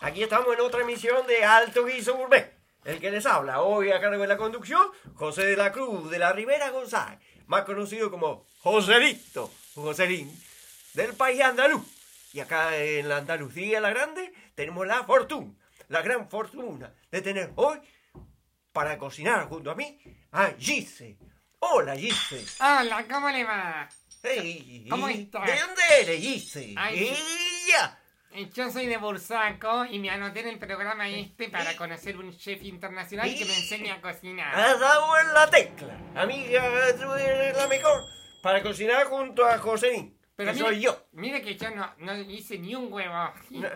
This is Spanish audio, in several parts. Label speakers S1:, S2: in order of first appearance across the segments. S1: Aquí estamos en otra emisión de Alto Guiso Gourmet. El que les habla hoy a cargo de la conducción, José de la Cruz de la Ribera González, más conocido como Joselito, Joselín, del país andaluz. Y acá en la Andalucía la Grande tenemos la fortuna, la gran fortuna de tener hoy para cocinar junto a mí a Gise. Hola Gise.
S2: Hola, ¿cómo le va?
S1: Ey,
S2: ¿Cómo estás?
S1: ¿De dónde eres, Gise?
S2: Ay.
S1: Ella.
S2: Yo soy de Bursaco y me anoté en el programa este para conocer un chef internacional que me enseñe a cocinar.
S1: Has dado en la tecla. Amiga, tú eres la mejor para cocinar junto a Joselín, que
S2: mire-
S1: soy yo.
S2: Mire que yo no, no hice ni un huevojito.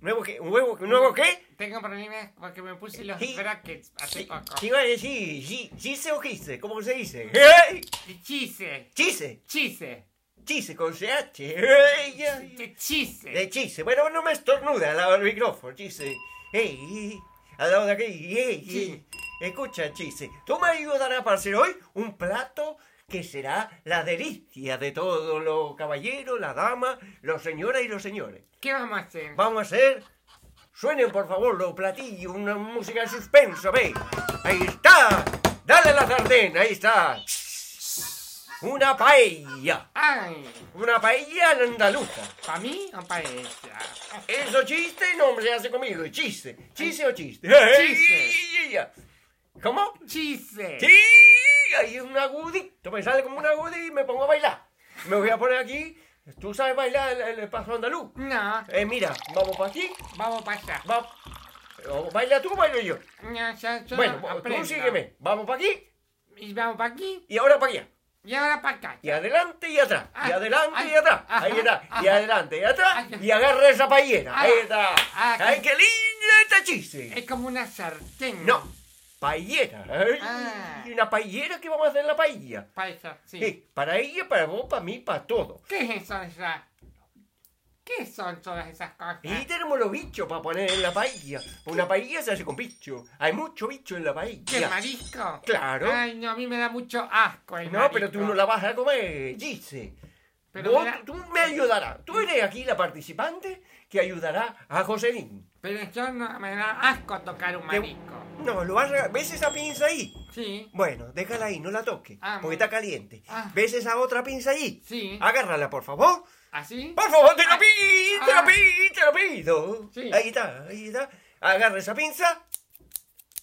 S1: ¿Nuevo qué? ¿Un huevo? ¿Un nuevo qué?
S2: Tengo problemas porque me puse los
S1: Sí.
S2: brackets hace
S1: Sí,
S2: poco.
S1: ¿Qué iba a decir? Gi- ¿Gise o Gise? ¿Cómo se dice? ¡Ey!
S2: Chise,
S1: Chise,
S2: chise,
S1: chise con CH. ¡Ey! ey.
S2: ch- chise.
S1: De chise. Bueno, no me estornuda la- el micrófono, chise. ¡Ey! Al lado de aquí. ¡Ey! ey. Escucha, chise. Tú me ayudarás a hacer hoy un plato que será la delicia de todos los caballeros, las damas, los señoras y los señores.
S2: ¿Qué vamos a hacer?
S1: Vamos a hacer. Suenen por favor los platillos, una música de suspenso, ve. Ahí está. Dale la sardina, ahí está. Una paella.
S2: ¡Ay!
S1: Una paella a la andaluza.
S2: ¿Para mí o para ella?
S1: Eso chiste no se hace conmigo. Chiste. Chiste o chiste.
S2: Chiste.
S1: ¿Cómo?
S2: ¡Chise!
S1: Sí, ahí es un agudito. Me sale como un agudito y me pongo a bailar. Me voy a poner aquí. Tú sabes bailar el, el paso andaluz.
S2: No,
S1: Eh, mira, vamos para aquí.
S2: vamos para allá.
S1: Va, o baila tú o bailo yo.
S2: No, yo, yo
S1: Bueno,
S2: aprendo.
S1: tú sígueme. Vamos para aquí
S2: Y vamos para aquí
S1: y ahora para allá.
S2: y ahora para acá.
S1: Y adelante y atrás. Y
S2: Ay,
S1: adelante
S2: ay,
S1: y atrás.
S2: ajá,
S1: Ahí está. Y
S2: ajá.
S1: adelante y atrás.
S2: Ay,
S1: Y agarra esa paellera. Ahí
S2: Ah,
S1: está.
S2: ah, Eh,
S1: ¡Ay,
S2: qué-
S1: qué linda esta chiste!
S2: Es como una sartén.
S1: No, paellera.
S2: Ah.
S1: Ay, Una paellera que vamos a hacer la paella.
S2: Para eso, sí.
S1: Sí, para ella, para vos, para mí, para todo.
S2: ¿Qué es eso ya? ¿Qué son todas esas cosas?
S1: Y tenemos los bichos para poner en la paella. Una paella se hace con bicho. Hay mucho bicho en la
S2: ¿Qué Ah,
S1: paella.
S2: marisco?
S1: Claro.
S2: Ay, no, a mí me da mucho asco el
S1: No,
S2: marisco.
S1: pero tú no la vas a comer, dice.
S2: Pero
S1: Vos-
S2: me da-
S1: tú me ayudarás. Tú eres aquí la participante que ayudará a Joselín.
S2: Pero yo no, me da asco tocar un
S1: Te-
S2: marisco.
S1: No, lo vas a... ¿Ves esa pinza ahí?
S2: Sí,
S1: Bueno, déjala ahí, no la toques,
S2: Ah,
S1: porque
S2: bueno.
S1: está caliente.
S2: Ah.
S1: ¿Ves esa otra pinza ahí?
S2: sí.
S1: Agárrala, por favor.
S2: ¿Así?
S1: Por favor, te lo
S2: Ah.
S1: pido, te lo
S2: Ah.
S1: pido, te lo pido.
S2: Sí.
S1: Ahí está, ahí está. Agarra esa pinza.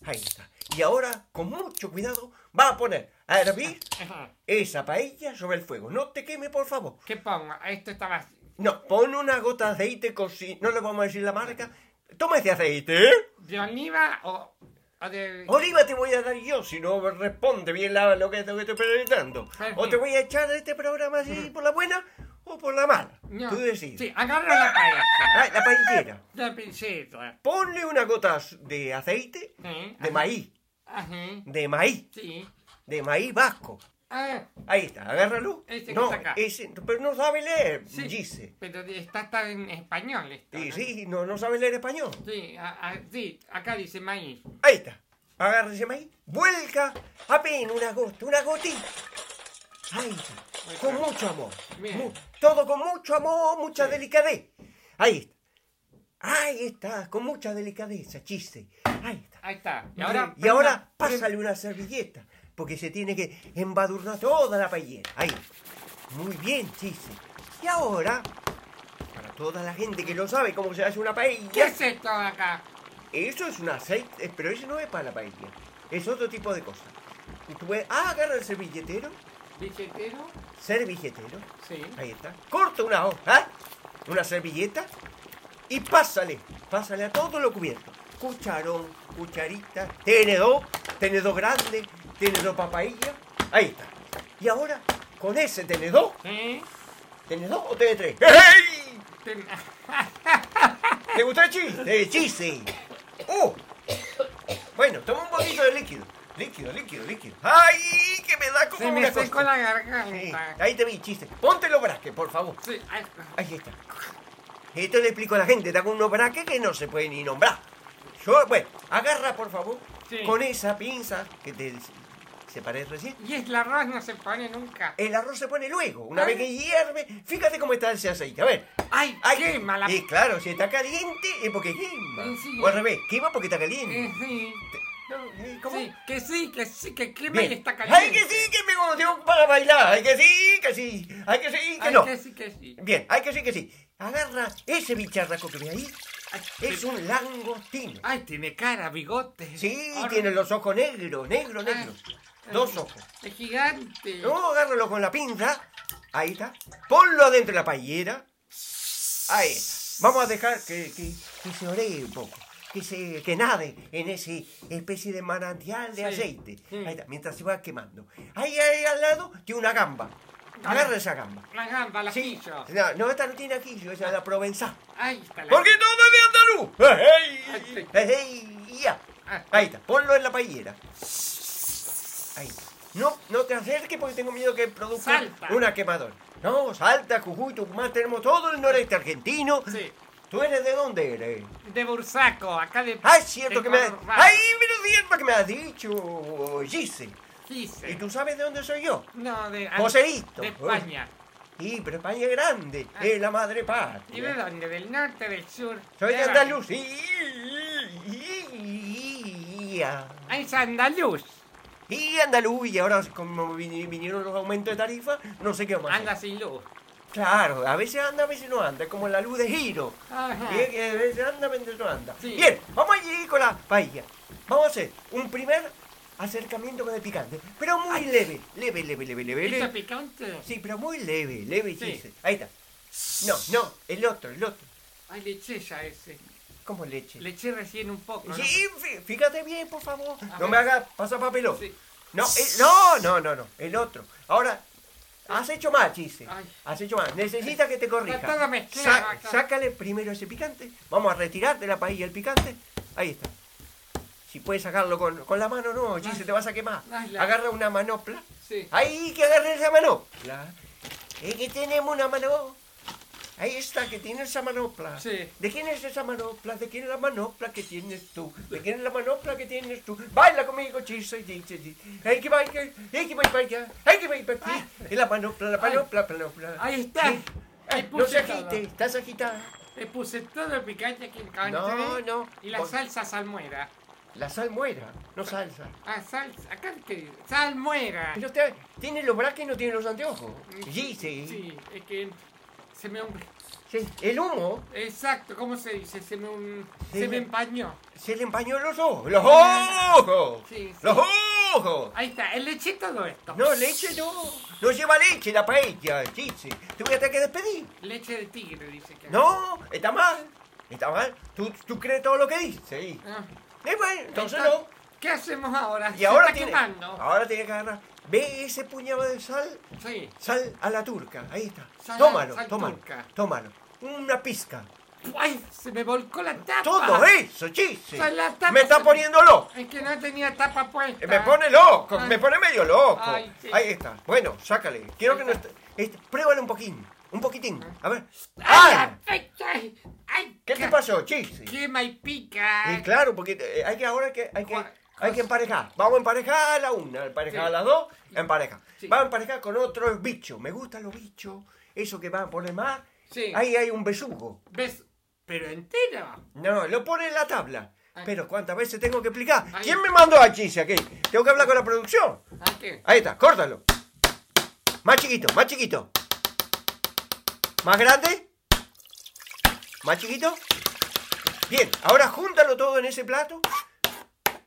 S1: Ahí está. Y ahora, con mucho cuidado, va a poner a hervir
S2: Ajá.
S1: esa paella sobre el fuego. No te queme, por favor.
S2: ¿Qué pongo? Esto estaba así.
S1: No, pon una gota de aceite cocido. No le vamos a decir la marca. Toma ese aceite, ¿eh?
S2: ¿De oliva o, o de...?
S1: Oliva te voy a dar yo si no responde bien la- lo que lo que te estoy preguntando.
S2: Ah,
S1: O te voy a echar de este programa así por la buena o por la mala.
S2: No.
S1: Tú decides.
S2: Sí, agarra la paella.
S1: Ah, la paellera.
S2: La pinceta.
S1: Ponle unas gotas de aceite
S2: Sí.
S1: de maíz,
S2: Ajá.
S1: de maíz,
S2: Sí.
S1: de maíz vasco.
S2: Ah,
S1: Ahí está, agárralo.
S2: Ese Este que
S1: no,
S2: está acá.
S1: ese- pero no sabe leer,
S2: sí.
S1: dice.
S2: Pero está, está en español esto.
S1: Y
S2: ¿no?
S1: sí, no, no sabe leer español.
S2: Sí, a- a- sí, acá dice maíz.
S1: Ahí está. Agarra ese maíz, vuelca apenas una gota, una gotita. Ahí está. Con mucho amor.
S2: Bien.
S1: Mu- todo con mucho amor, mucha
S2: Sí.
S1: delicadeza. Ahí está. Ahí está, con mucha delicadeza, chiste. Ahí está.
S2: Ahí está. Y ahora,
S1: Y ahora
S2: prenda-
S1: pásale una servilleta, porque se tiene que embadurnar toda la paellera. Ahí. Muy bien, chiste. Y ahora, para toda la gente que no sabe cómo se hace una paella.
S2: ¿Qué es esto de acá?
S1: Eso es un aceite, eh, pero ese no es para la paella. Es otro tipo de cosa. Y tú puedes- ah, agarra el servilletero,
S2: ¿Billetero?
S1: servilletero,
S2: Sí.
S1: ahí está. Corta una hoja, ¿ah? una servilleta y pásale, pásale a todo lo cubierto. Cucharón, cucharita, tenedor, tenedor grande, tenedor para paella, ahí está. Y ahora, con ese tenedor,
S2: ¿Sí?
S1: tenedor o tenedor 3 ¡Ey!
S2: Ten-
S1: ¿Te gustó el chiste? El chiste. ¡Oh! Bueno, toma un poquito de líquido. Líquido, líquido, líquido. ¡Ay! Que me da como
S2: Se me
S1: una
S2: secó
S1: cosa.
S2: la
S1: Sí,
S2: garganta.
S1: ahí te vi, chiste. Ponte los braques, por favor.
S2: Sí, ay,
S1: Ahí está. Esto le explico a la gente. Está con unos braques que no se puede ni nombrar. Yo, bueno, agarra, por favor,
S2: Sí.
S1: con esa pinza que te se parece recién.
S2: Y el arroz no se pone nunca.
S1: El arroz se pone luego, una
S2: Ay.
S1: vez que hierve. Fíjate cómo está ese aceite. A ver.
S2: ¡Ay, quema la...
S1: Y claro, si está caliente es porque quema.
S2: Sí, sí.
S1: O al revés, quema porque está
S2: Eh,
S1: caliente.
S2: sí.
S1: No, eh, ¿Cómo?
S2: Sí, que sí, que sí, que quema
S1: Bien.
S2: y está caliente.
S1: Hay que sí, que me conoció para bailar. Hay que sí, que sí. Hay que sí, que
S2: Ay,
S1: no.
S2: que sí, que sí.
S1: Bien, hay que sí, que sí. Agarra ese bicharraco que ve ahí.
S2: Ay,
S1: Es
S2: te-
S1: un langostino.
S2: Ay, tiene cara, bigote.
S1: Sí,
S2: Ah, Ahora-
S1: tiene los ojos negros, negro,
S2: Ah,
S1: negro.
S2: ah,
S1: Dos ojos.
S2: Es gigante.
S1: No, agárralo con la pinza. Ahí está. Ponlo adentro de la paillera. Ahí. Vamos a dejar que, que- que se ore un poco. Que, se, que nade en esa especie de manantial de
S2: Sí.
S1: aceite.
S2: Sí.
S1: Ahí está, mientras se va quemando. Ahí, ahí al lado tiene una gamba. Agarra esa gamba.
S2: La gamba, la
S1: Sí.
S2: pillo.
S1: No, no, esta no tiene aquillo, esa es la provenzal.
S2: Ahí está la
S1: Porque no me andaluz. ¡Ey!
S2: Ay,
S1: ¡Ey! ¡Ya!
S2: Ah,
S1: Ahí está, ponlo en la paillera. Ahí está. No, no te acerques porque tengo miedo que produzca
S2: Salta.
S1: una quemadora. No, salta, Jujuy, Tucumán, tenemos todo el noreste argentino.
S2: Ah, Sí.
S1: ¿Tú eres de dónde eres?
S2: De Bursaco, acá de.
S1: Ah, es cierto
S2: de
S1: que me has...
S2: Cordoba.
S1: ¡Ay, menos cierto que me has dicho, Gise!
S2: Dice.
S1: ¿Y tú sabes de dónde soy yo?
S2: No, de.
S1: Joselito.
S2: Ah, De España.
S1: Sí, pero España es grande,
S2: Ah.
S1: es la madre
S2: ¿Y de
S1: patria.
S2: dónde? ¿Del norte, del sur?
S1: Soy de
S2: dónde?
S1: Andalucía.
S2: Ah, es andaluz.
S1: Y andaluz, y ahora como vin- vinieron los aumentos de tarifa, no sé qué más.
S2: Anda sin luz.
S1: Claro, a veces anda, a veces no anda, como la luz de giro.
S2: Ajá.
S1: Y es que a veces anda, a veces no anda.
S2: Ah. Sí.
S1: Bien, vamos allí con la paella. Vamos a hacer un primer acercamiento con el picante, pero muy leve, leve, leve, leve, leve.
S2: ¿Esto es
S1: leve.
S2: picante?
S1: Sí, pero muy leve, leve,
S2: Sí.
S1: sí. Ahí está. No, no, el otro, el otro.
S2: Ay, leche ya ese.
S1: Como leche.
S2: Le eché recién un poco. ¿no?
S1: Sí, fí- fíjate bien, por favor.
S2: A
S1: No
S2: ver.
S1: me hagas pasar papelón.
S2: Sí.
S1: No, el- no, no, no, no, el otro. Ahora, has hecho mal, chiste.
S2: Ay.
S1: Has hecho mal. Necesitas que te corrija.
S2: Está todo mezclado
S1: Sa-
S2: acá.
S1: sácale primero ese picante. Vamos a retirar de la paella el picante. Ahí está. Si puedes sacarlo con, con la mano, no, chiste,
S2: Ay.
S1: te vas a quemar.
S2: Ay, la-
S1: Agarra una manopla.
S2: Sí.
S1: Ahí que agarre esa manopla. Es que tenemos una manopla. Ahí está, que tiene esa manopla.
S2: Sí.
S1: ¿De quién es esa manopla? ¿De quién es la manopla que tienes tú? ¿De quién es la manopla que tienes tú? Baila conmigo, chiste, chiste, chiste. Hay que bailar, hay que bailar, hay que bailar.
S2: Ay.
S1: Es la manopla, la manopla, la manopla.
S2: Ahí
S1: Sí.
S2: está. Ahí
S1: Ay, no
S2: puse
S1: se
S2: todo.
S1: agite, estás agitada.
S2: Le puse todo el picante que encontré.
S1: No, no.
S2: Y la
S1: Con-
S2: salsa salmuera.
S1: La sal muera, no salsa.
S2: Ah, salsa. Acá que. Salmuera.
S1: Pero usted tiene los braques y no tiene los anteojos. Sí, sí.
S2: Mm. Sí, es que se me un-
S1: Sí. El humo
S2: Exacto, ¿cómo se dice? Se me un...
S1: Sí.
S2: se me empañó.
S1: se le empañó los ojos. ¡Los ojos!
S2: Sí, sí.
S1: ¡Los ojos!
S2: Ahí está, le eché todo esto.
S1: No, leche no. No lleva leche la paella, chiste. Te voy a tener que despedir.
S2: Leche de tigre, dice que.
S1: No, está mal. Está mal. Tú, tú crees todo lo que dice. Y
S2: Ah,
S1: y bueno, entonces
S2: está-
S1: no.
S2: ¿Qué hacemos ahora?
S1: Y
S2: se
S1: ahora
S2: está
S1: tiene, Ah.
S2: quemando.
S1: ahora tiene que agarrar. Ve ese puñado de sal.
S2: Sí.
S1: Sal a la turca. Ahí está.
S2: Sal a-
S1: tómalo,
S2: sal
S1: tómalo.
S2: turca.
S1: Tómalo. Una pizca.
S2: ¡Ay! Se me volcó la tapa.
S1: Todo eso, chiste.
S2: Sal a la tapa,
S1: Me está
S2: se-
S1: poniendo loco.
S2: Es que no tenía tapa puesta.
S1: Eh, Me pone loco,
S2: Ay.
S1: me pone medio loco.
S2: Ah. Ay, sí.
S1: Ahí está. Bueno, sácale. Quiero
S2: Ahí
S1: que no
S2: está.
S1: esté. este, pruébalo un poquín. Un poquitín. A ver.
S2: ¡Ay!
S1: ¡Ay!
S2: la fecha! ¡Ay! ay,
S1: ¿Qué te
S2: ca-
S1: pasó, chiste?
S2: Quema y pica.
S1: Y claro, porque eh, hay que ahora que hay que
S2: Juan-
S1: hay que emparejar. Vamos a emparejar a la una, emparejar
S2: Sí.
S1: a las dos, emparejar.
S2: Sí.
S1: Vamos a emparejar con otro bicho. Me gustan los bichos, eso que van por el mar.
S2: Sí.
S1: Ahí hay un besugo.
S2: ¿Ves? Pero entero.
S1: No, lo pone en la tabla.
S2: Ay.
S1: Pero cuántas veces tengo que explicar.
S2: Ay.
S1: ¿Quién me mandó a Chise aquí? Tengo que hablar con la producción.
S2: ¿A qué?
S1: Ahí está, córtalo. Más chiquito, más chiquito. Más grande. Más chiquito. Bien, ahora júntalo todo en ese plato.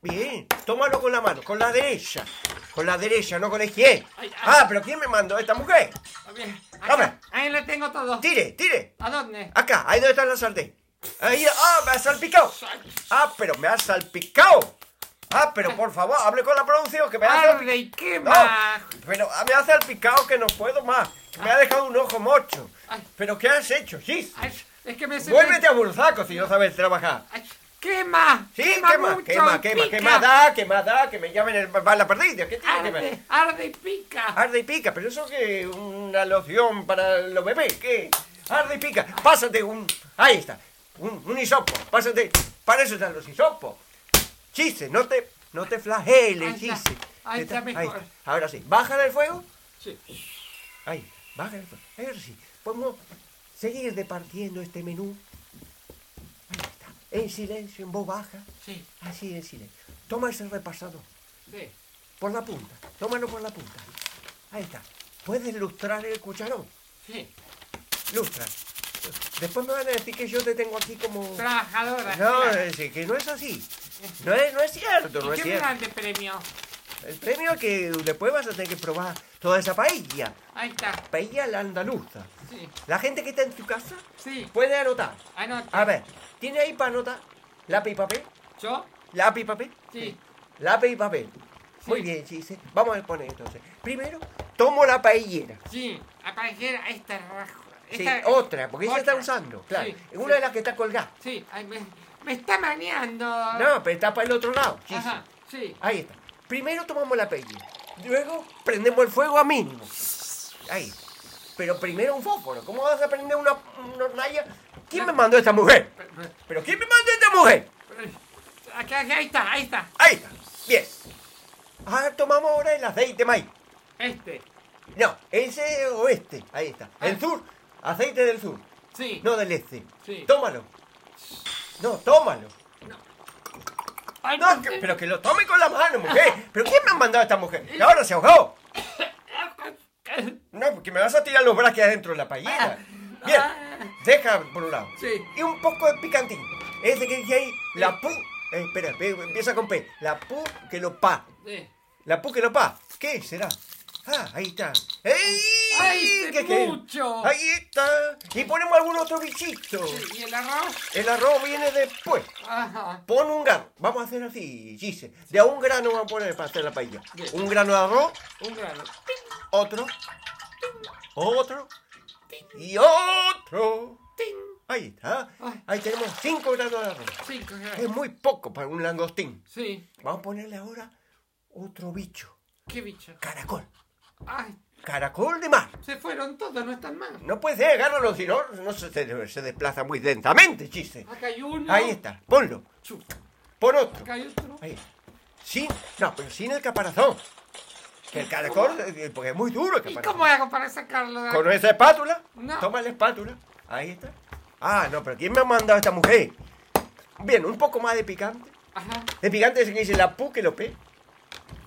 S1: Bien, tómalo con la mano, con la derecha. Con la derecha, no con la izquierda.
S2: Ay, ay.
S1: Ah, pero ¿quién me mandó? Esta mujer.
S2: A ver,
S1: Dame.
S2: acá. Ahí lo tengo todo.
S1: Tire, tire.
S2: ¿A dónde?
S1: Acá, ahí donde está la sartén. Ahí, ah, me ha salpicado. Ah, pero me ha salpicado. Ah, pero por favor, hable con la producción que me ha salpicado.
S2: Arde y
S1: No,
S2: quema.
S1: pero me ha salpicado que no puedo más. Me ha dejado un ojo mocho.
S2: Ay.
S1: ¿Pero qué has hecho, Gis?
S2: Ay, es que me se
S1: Vuélvete a Burzaco si no sabes trabajar.
S2: Ay, quema.
S1: Sí,
S2: quema,
S1: quema,
S2: mucho
S1: quema,
S2: y
S1: quema,
S2: pica.
S1: quema, da, quema, da, que me llamen el bala perdida. ¿Qué tiene que ver?
S2: Arde, arde y pica.
S1: Arde y pica, pero eso que una loción para los bebés, ¿qué? Arde y pica, pásate un. Ahí está, un, un hisopo, pásate. Para eso están los hisopos. Chiste, no te, no te flageles,
S2: Ay, ya.
S1: chiste.
S2: Ahí está
S1: Ahí
S2: mejor.
S1: está. Ahora sí, bájale el fuego.
S2: Sí.
S1: Ahí, bájale el fuego. Ahora sí, podemos seguir departiendo este menú. Ahí está. En silencio, en voz baja.
S2: Sí,
S1: Así, en silencio. Toma ese repasador.
S2: sí.
S1: Por la punta. Tómalo por la punta. Ahí está. Puedes lustrar el cucharón.
S2: sí.
S1: Lustra. Después me van a decir que yo te tengo aquí como...
S2: Trabajadora.
S1: No,
S2: mira.
S1: es que no es así. No es, no es cierto, no
S2: ¿Y
S1: es
S2: qué me
S1: cierto.
S2: dan de premio?
S1: El premio es que después vas a tener que probar toda esa paella.
S2: Ahí está.
S1: Paella a la andaluza.
S2: Sí,
S1: La gente que está en tu casa
S2: sí.
S1: puede anotar.
S2: Anota.
S1: A ver, ¿tiene ahí para anotar? Lápiz y papel.
S2: ¿Yo?
S1: Lápiz y papel.
S2: Sí.
S1: Lápiz y papel.
S2: Sí.
S1: Muy bien, Gise. Vamos a poner entonces. Primero, tomo la paellera.
S2: Sí. Aparecer a esta rajo.
S1: Sí,
S2: esta-
S1: otra, porque ella está
S2: otra.
S1: usando. Claro.
S2: Sí,
S1: Una
S2: sí.
S1: de las que está colgada.
S2: Sí, ay, me, me está maneando.
S1: No, pero está para el otro lado. Gise.
S2: Ah. Ajá, sí.
S1: Ahí está. Primero tomamos la paellera. Luego prendemos el fuego a mínimo. Ahí. Pero primero un fósforo. ¿Cómo vas a prender una, una hornalla? ¿Quién me mandó esta mujer?
S2: Pero- pero-
S1: ¿Pero quién me mandó esta mujer?
S2: pero- Acá, acá, ahí está, ahí está.
S1: Ahí está. Bien. Ahora tomamos ahora el aceite de maíz.
S2: Este.
S1: No, ese o este. Ahí está. El
S2: Ah.
S1: sur. Aceite del sur.
S2: Sí.
S1: No del este.
S2: Sí.
S1: Tómalo. No, tómalo.
S2: Ay,
S1: No,
S2: no Ah.
S1: que-
S2: sé.
S1: pero que lo tome con la mano, mujer. ¿Pero quién me ha mandado esta mujer? Que ahora se ahogó. No, porque me vas a tirar los braques adentro de la paellera.
S2: Ah.
S1: Bien,
S2: Ah.
S1: deja por un lado.
S2: Sí.
S1: Y un poco de picantín. Ese que dice ahí, la pu. eh, espera, pe- empieza con P. La pu que lo pa.
S2: Sí.
S1: La pu que lo pa. ¿Qué será? Ah, ahí está. ¡Ey!
S2: ¡Ay,
S1: ¿Qué-
S2: qué
S1: qué?
S2: mucho!
S1: Ahí está. Y ponemos algún otro bichito.
S2: ¿Y el arroz?
S1: El arroz viene después.
S2: Ajá.
S1: Pon un grano. Vamos a hacer así, Gise. De a un grano vamos a poner para hacer la paella.
S2: Bien.
S1: Un grano de arroz,
S2: Un grano.
S1: otro, otro y otro.
S2: Ting.
S1: Ahí está.
S2: Ay.
S1: Ahí tenemos cinco granos de arroz.
S2: Cinco
S1: Es
S2: granos.
S1: muy poco para un langostín.
S2: Sí.
S1: Vamos a ponerle ahora otro bicho.
S2: ¿Qué bicho?
S1: Caracol.
S2: Ay,
S1: Caracol de mar.
S2: se fueron todos, no están más.
S1: No puede ser, agárralo, si no, no se, se- se desplaza muy lentamente, Gise.
S2: Acá hay uno.
S1: Ahí está. Ponlo.
S2: Chu.
S1: Pon otro.
S2: Acá hay otro.
S1: Ahí. Sin, no, pero sin el caparazón. Que el caracol, eh, porque es muy duro el
S2: ¿Y
S1: caparazón.
S2: cómo hago para sacarlo de
S1: Con
S2: acá?
S1: esa espátula,
S2: No.
S1: toma la espátula. Ahí está. Ah, no, pero ¿quién me ha mandado esta mujer? Bien, un poco más de picante.
S2: Ajá.
S1: De picante es el que dice la pu que lo pe.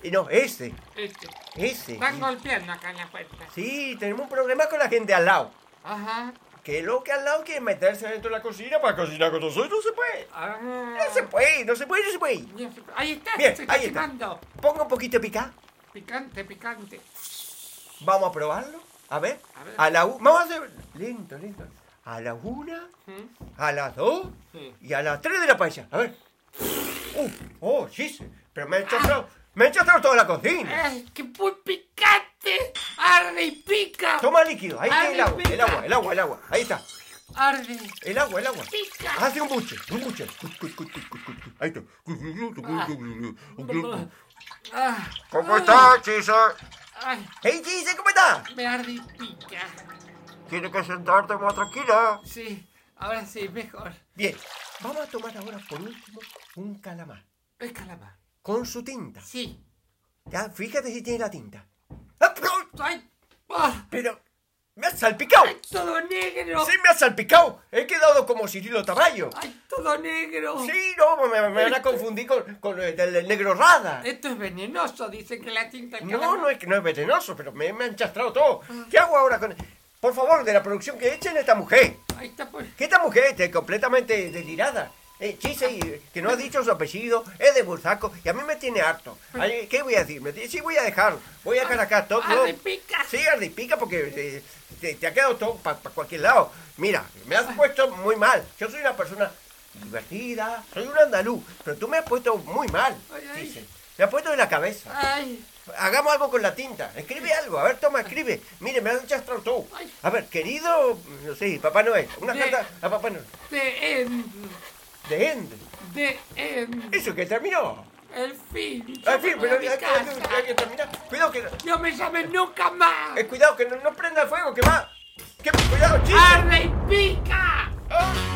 S1: Y no, ese,
S2: Este.
S1: ese.
S2: Están golpeando acá en la puerta.
S1: Sí, tenemos un problema con la gente al lado.
S2: Ajá.
S1: Que lo que al lado quiere meterse dentro de la cocina para cocinar con nosotros. No se puede.
S2: Ah.
S1: No se puede, no se puede, no se puede.
S2: Bien, Ahí está,
S1: Bien,
S2: se está
S1: ahí está.
S2: quemando.
S1: Ponga un poquito de picante.
S2: Picante, picante.
S1: Vamos a probarlo. A ver.
S2: A
S1: A,
S2: ver.
S1: la u- Vamos a hacer. Lento, lento. A la una,
S2: ¿Mm?
S1: a las dos
S2: Sí.
S1: y a las tres de la paella. A ver. Uh, oh, sí. Pero me he chorrado. Me he chorrado toda la cocina.
S2: ¡Ay, qué muy picante! ¡Arde y pica!
S1: Toma líquido. Ahí está el
S2: Ay,
S1: agua. El
S2: venga.
S1: agua, el agua, el agua. Ahí está.
S2: ¡Arde y
S1: El agua, el agua.
S2: pica!
S1: Hace un buche. Un buche. Ahí está.
S2: Ah,
S1: ¿Cómo
S2: ah,
S1: está, Chisa?
S2: ay,
S1: Hey, Chisa, ¿cómo está?
S2: me arde y pica.
S1: Tienes que sentarte más tranquila.
S2: Sí, ahora sí, mejor.
S1: Bien. Vamos a tomar ahora, por último, un calamar.
S2: Es calamar.
S1: Con su tinta.
S2: Sí.
S1: Ya, fíjate si tiene la tinta. ¡Ah, pero,
S2: ¡Ay! ah,
S1: pero me ha salpicado.
S2: ¡Ay, todo negro!
S1: Sí, me ha salpicado. He quedado como Cirilo Tamayo.
S2: ¡Ay, todo negro!
S1: Sí, no, me, me van a confundir con, con el, del negro rada.
S2: Esto es venenoso, dicen que la tinta
S1: No, no es que no es venenoso, pero me, me han chastrado todo. ¿Qué hago ahora con Por favor, de la producción que echen a esta mujer.
S2: Ahí está pues.
S1: Que esta mujer esté completamente delirada. Eh, Chise, y- que no ha dicho su apellido, es de Bursaco, y a mí me tiene harto. Ay, ¿Qué voy a decir? Me tiene- Sí, voy a dejarlo. Voy a dejar acá todo.
S2: Arde y pica.
S1: Sí, arde y pica porque eh, te, te ha quedado todo para cualquier lado. Mira, me has puesto muy mal. Yo soy una persona divertida, soy un andaluz, pero tú me has puesto muy mal.
S2: Ay, ay.
S1: Chise. Me has puesto de la cabeza.
S2: ¡Ay!
S1: Hagamos algo con la tinta. Escribe algo. A ver, toma, escribe. Mire, me has chastrado todo.
S2: Ay.
S1: A ver, querido, no sé, Papá Noel. Una
S2: Ve.
S1: carta a Papá Noel.
S2: De em,
S1: De End.
S2: de em,
S1: Eso que terminó.
S2: el fin.
S1: Al fin, pero
S2: Yo me
S1: hay
S2: voy a
S1: que,
S2: mi casa.
S1: hay que terminar. Cuidado que no,
S2: No me llamen nunca más.
S1: eh, cuidado que no, no prenda fuego, que va. Que, cuidado, chiste.
S2: Arde y pica.
S1: Ah.